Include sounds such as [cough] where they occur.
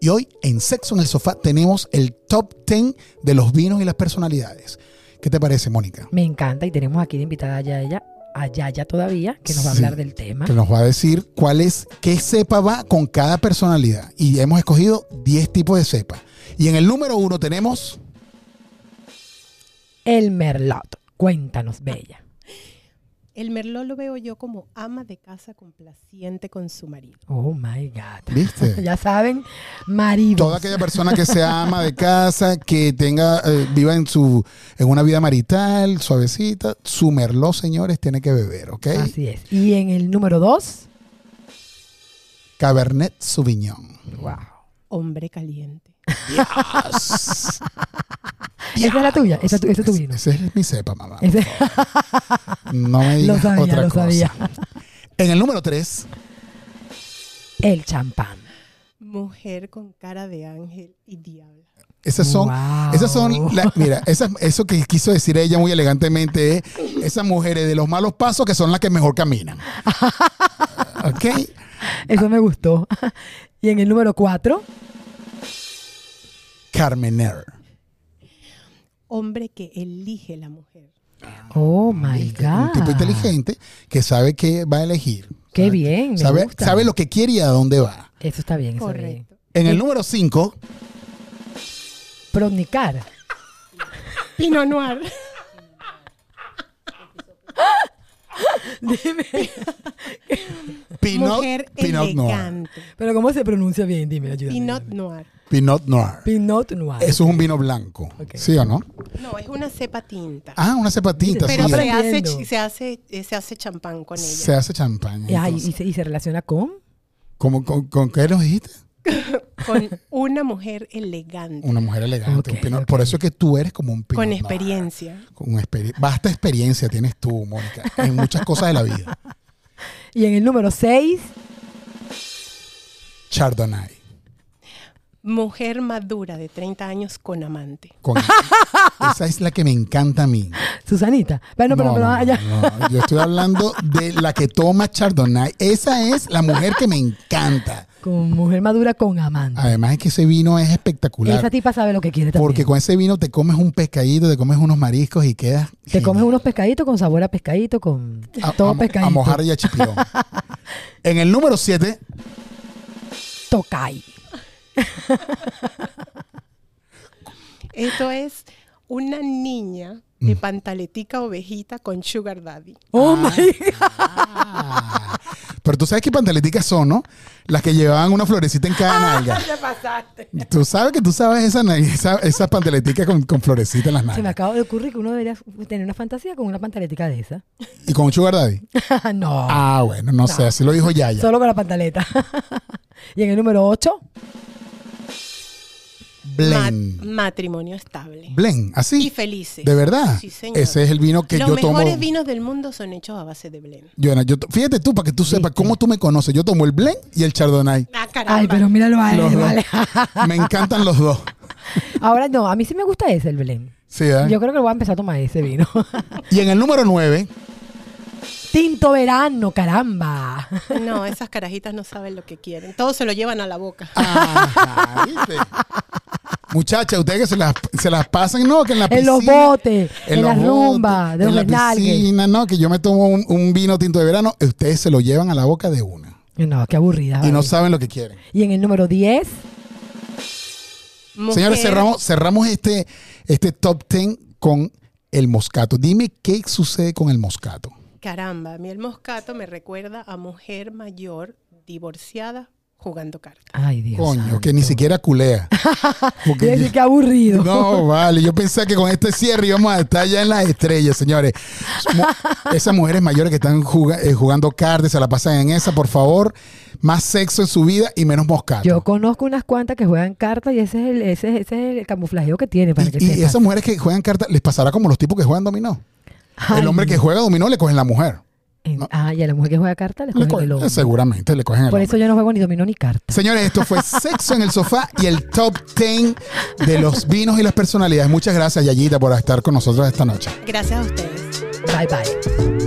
Y hoy en Sexo en el Sofá tenemos el top 10 de los vinos y las personalidades. ¿Qué te parece, Mónica? Me encanta y tenemos aquí de invitada a Yaya, a Yaya todavía, que nos va a hablar Sí, del tema. Que nos va a decir cuál es, qué cepa va con cada personalidad. Y hemos escogido 10 tipos de cepa. Y en el número uno tenemos El Merlot. Cuéntanos, Bella. El merlot lo veo yo como ama de casa complaciente con su marido. Oh my God. [laughs] ¿Viste? Ya saben, marido. Toda aquella persona que sea ama de casa, que tenga, eh, viva en su, en una vida marital, suavecita, su merlot, señores, tiene que beber, ¿ok? Así es. Y en el número dos. Cabernet [laughs] Sauvignon. Wow. [laughs] Hombre caliente. Esa es la tuya. Esa, es tu- ese es tu vino. Ese es mi cepa, mamá. Ese- No me [laughs] lo digas sabía, otra lo cosa. sabía. En el número 3, [laughs] El champán. Mujer con cara de ángel y diabla. esas son, Wow. esas son, la- [laughs] mira, esas- eso que quiso decir ella muy elegantemente es esas mujeres de los malos pasos que son las que mejor [laughs] caminan. ¿Ok? Eso me gustó. [laughs] Y en el número cuatro. Carmener. Hombre que elige la mujer. Oh my God. Un tipo inteligente que sabe qué va a elegir. Qué Sabe- bien. me Sabe, gusta. sabe lo que quiere y a dónde va. Eso está bien. Eso está bien. Correcto. En el número 5, Pronicar. [laughs] Pinot Noir. Dime. Pinot, mujer Pinot Noir. elegante. Pero ¿cómo se pronuncia bien? Dime, ayúdame. Pinot ayúdame. Noir. Pinot Noir. Pinot Noir. Eso es un vino blanco. Ok. ¿Sí o no? No, es una cepa tinta. Ah, una cepa tinta. pero sí. Estoy se hace, aprendiendo. se, hace, eh, se hace champán con Se ella. hace champaña. Y, ay, entonces. y se, y se relaciona con. ¿Cómo- con, con qué nos dijiste? Con una mujer elegante. Una mujer elegante. un Ok, Pinot. ok. Por eso es que tú eres como un Pinot Con Noir. experiencia. Con experiencia. Basta experiencia tienes tú, Mónica, en muchas cosas de la vida. Y en el número 6, Chardonnay. Mujer madura de 30 años con amante. Con- esa es la que me encanta a mí. Susanita. Bueno, pero, No, pero no, ah, ya. no, no. Yo estoy hablando de la que toma Chardonnay. Esa es la mujer que me encanta. Con mujer madura con amante. Además es que ese vino es Esa espectacular. tipa sabe lo que quiere también. Ah, Porque con ese vino te comes un pescadito, te comes unos mariscos y quedas. Te comes genial. unos pescaditos con sabor a pescadito, con a, todo a- pescadito. a mojar y a [laughs] chipirón. en el número 7, Tocay. Ah, Esto es una niña de Mm. pantaletica ovejita con sugar daddy. Oh my God. pero tú sabes que pantaleticas son, ¿no? Las que llevaban una florecita en cada nalga. Tú sabes que tú sabes esa, na- esa- esas pantaleticas con, con florecita en las Se me nalgas. acaba de ocurrir que uno debería tener una fantasía con una pantaletica de esa. [laughs] Y con un sugar daddy. no. Ah, bueno, no sé, así lo dijo Yaya. Solo con la pantaleta. [laughs] y en el número 8, Mat- Blen. matrimonio estable. Blen, así. Y felices. De verdad. Sí, señor. Ese es el vino que Los yo tomo. mejores vinos del mundo son hechos a base de blend. Yo no- yo to- fíjate tú, para que tú sepas Viste. cómo tú me conoces. Yo tomo el Blen y el Chardonnay. Ah, caramba. Ay, pero míralo a Los él, dos. vale. Me encantan los dos. Ahora no, a mí sí me gusta ese, el Belén. Sí, ¿eh? Yo creo que voy a empezar a tomar ese vino. [laughs] Y en el número 9, Tinto verano, caramba. [laughs] No, esas carajitas no saben lo que quieren. Todos se lo llevan a la boca. Ah, Ajá, ¿viste? Muchacha, ustedes que se las, se las pasan, no, que en la En piscina. los botes, en, los las botes, rumbas, de en los la nalgas. piscina, no, que yo me tomo un, un vino tinto de verano, ustedes se lo llevan a la boca de una. No, qué aburrida. Y no vale. saben lo que quieren. Y en el número 10, Mujer- Señores, cerramos, cerramos este, este top 10 con el moscato. Dime qué sucede con el moscato. Caramba, a mí el moscato me recuerda a mujer mayor divorciada jugando cartas. ay Dios. Coño, santo. que ni siquiera [laughs] culea. Porque Quiere yo- decir, qué aburrido. [laughs] No, vale. Yo pensé que con este cierre íbamos a estar ya en las estrellas, señores. Mu- esas mujeres mayores que están juga- eh, jugando cartas, se la pasan en esa, por favor. Más sexo en su vida y menos moscato. Yo conozco unas cuantas que juegan cartas y ese es el, ese, es- ese es el camuflajeo que tiene para que y, y sepas. esas mujeres que juegan cartas, les pasará como los tipos que juegan dominó. Ay, El hombre que juega dominó le cogen la mujer. en- no. Ah, y a la mujer que juega cartas le Le cogen cogen- eh, el hombre. seguramente le cogen el Por hombre. eso yo no juego ni dominó ni cartas. Señores, esto [laughs] fue Sexo en el Sofá y el top 10 de los vinos y las personalidades. Muchas gracias, Yayita, por estar con nosotros esta noche. Gracias a ustedes. Bye, bye.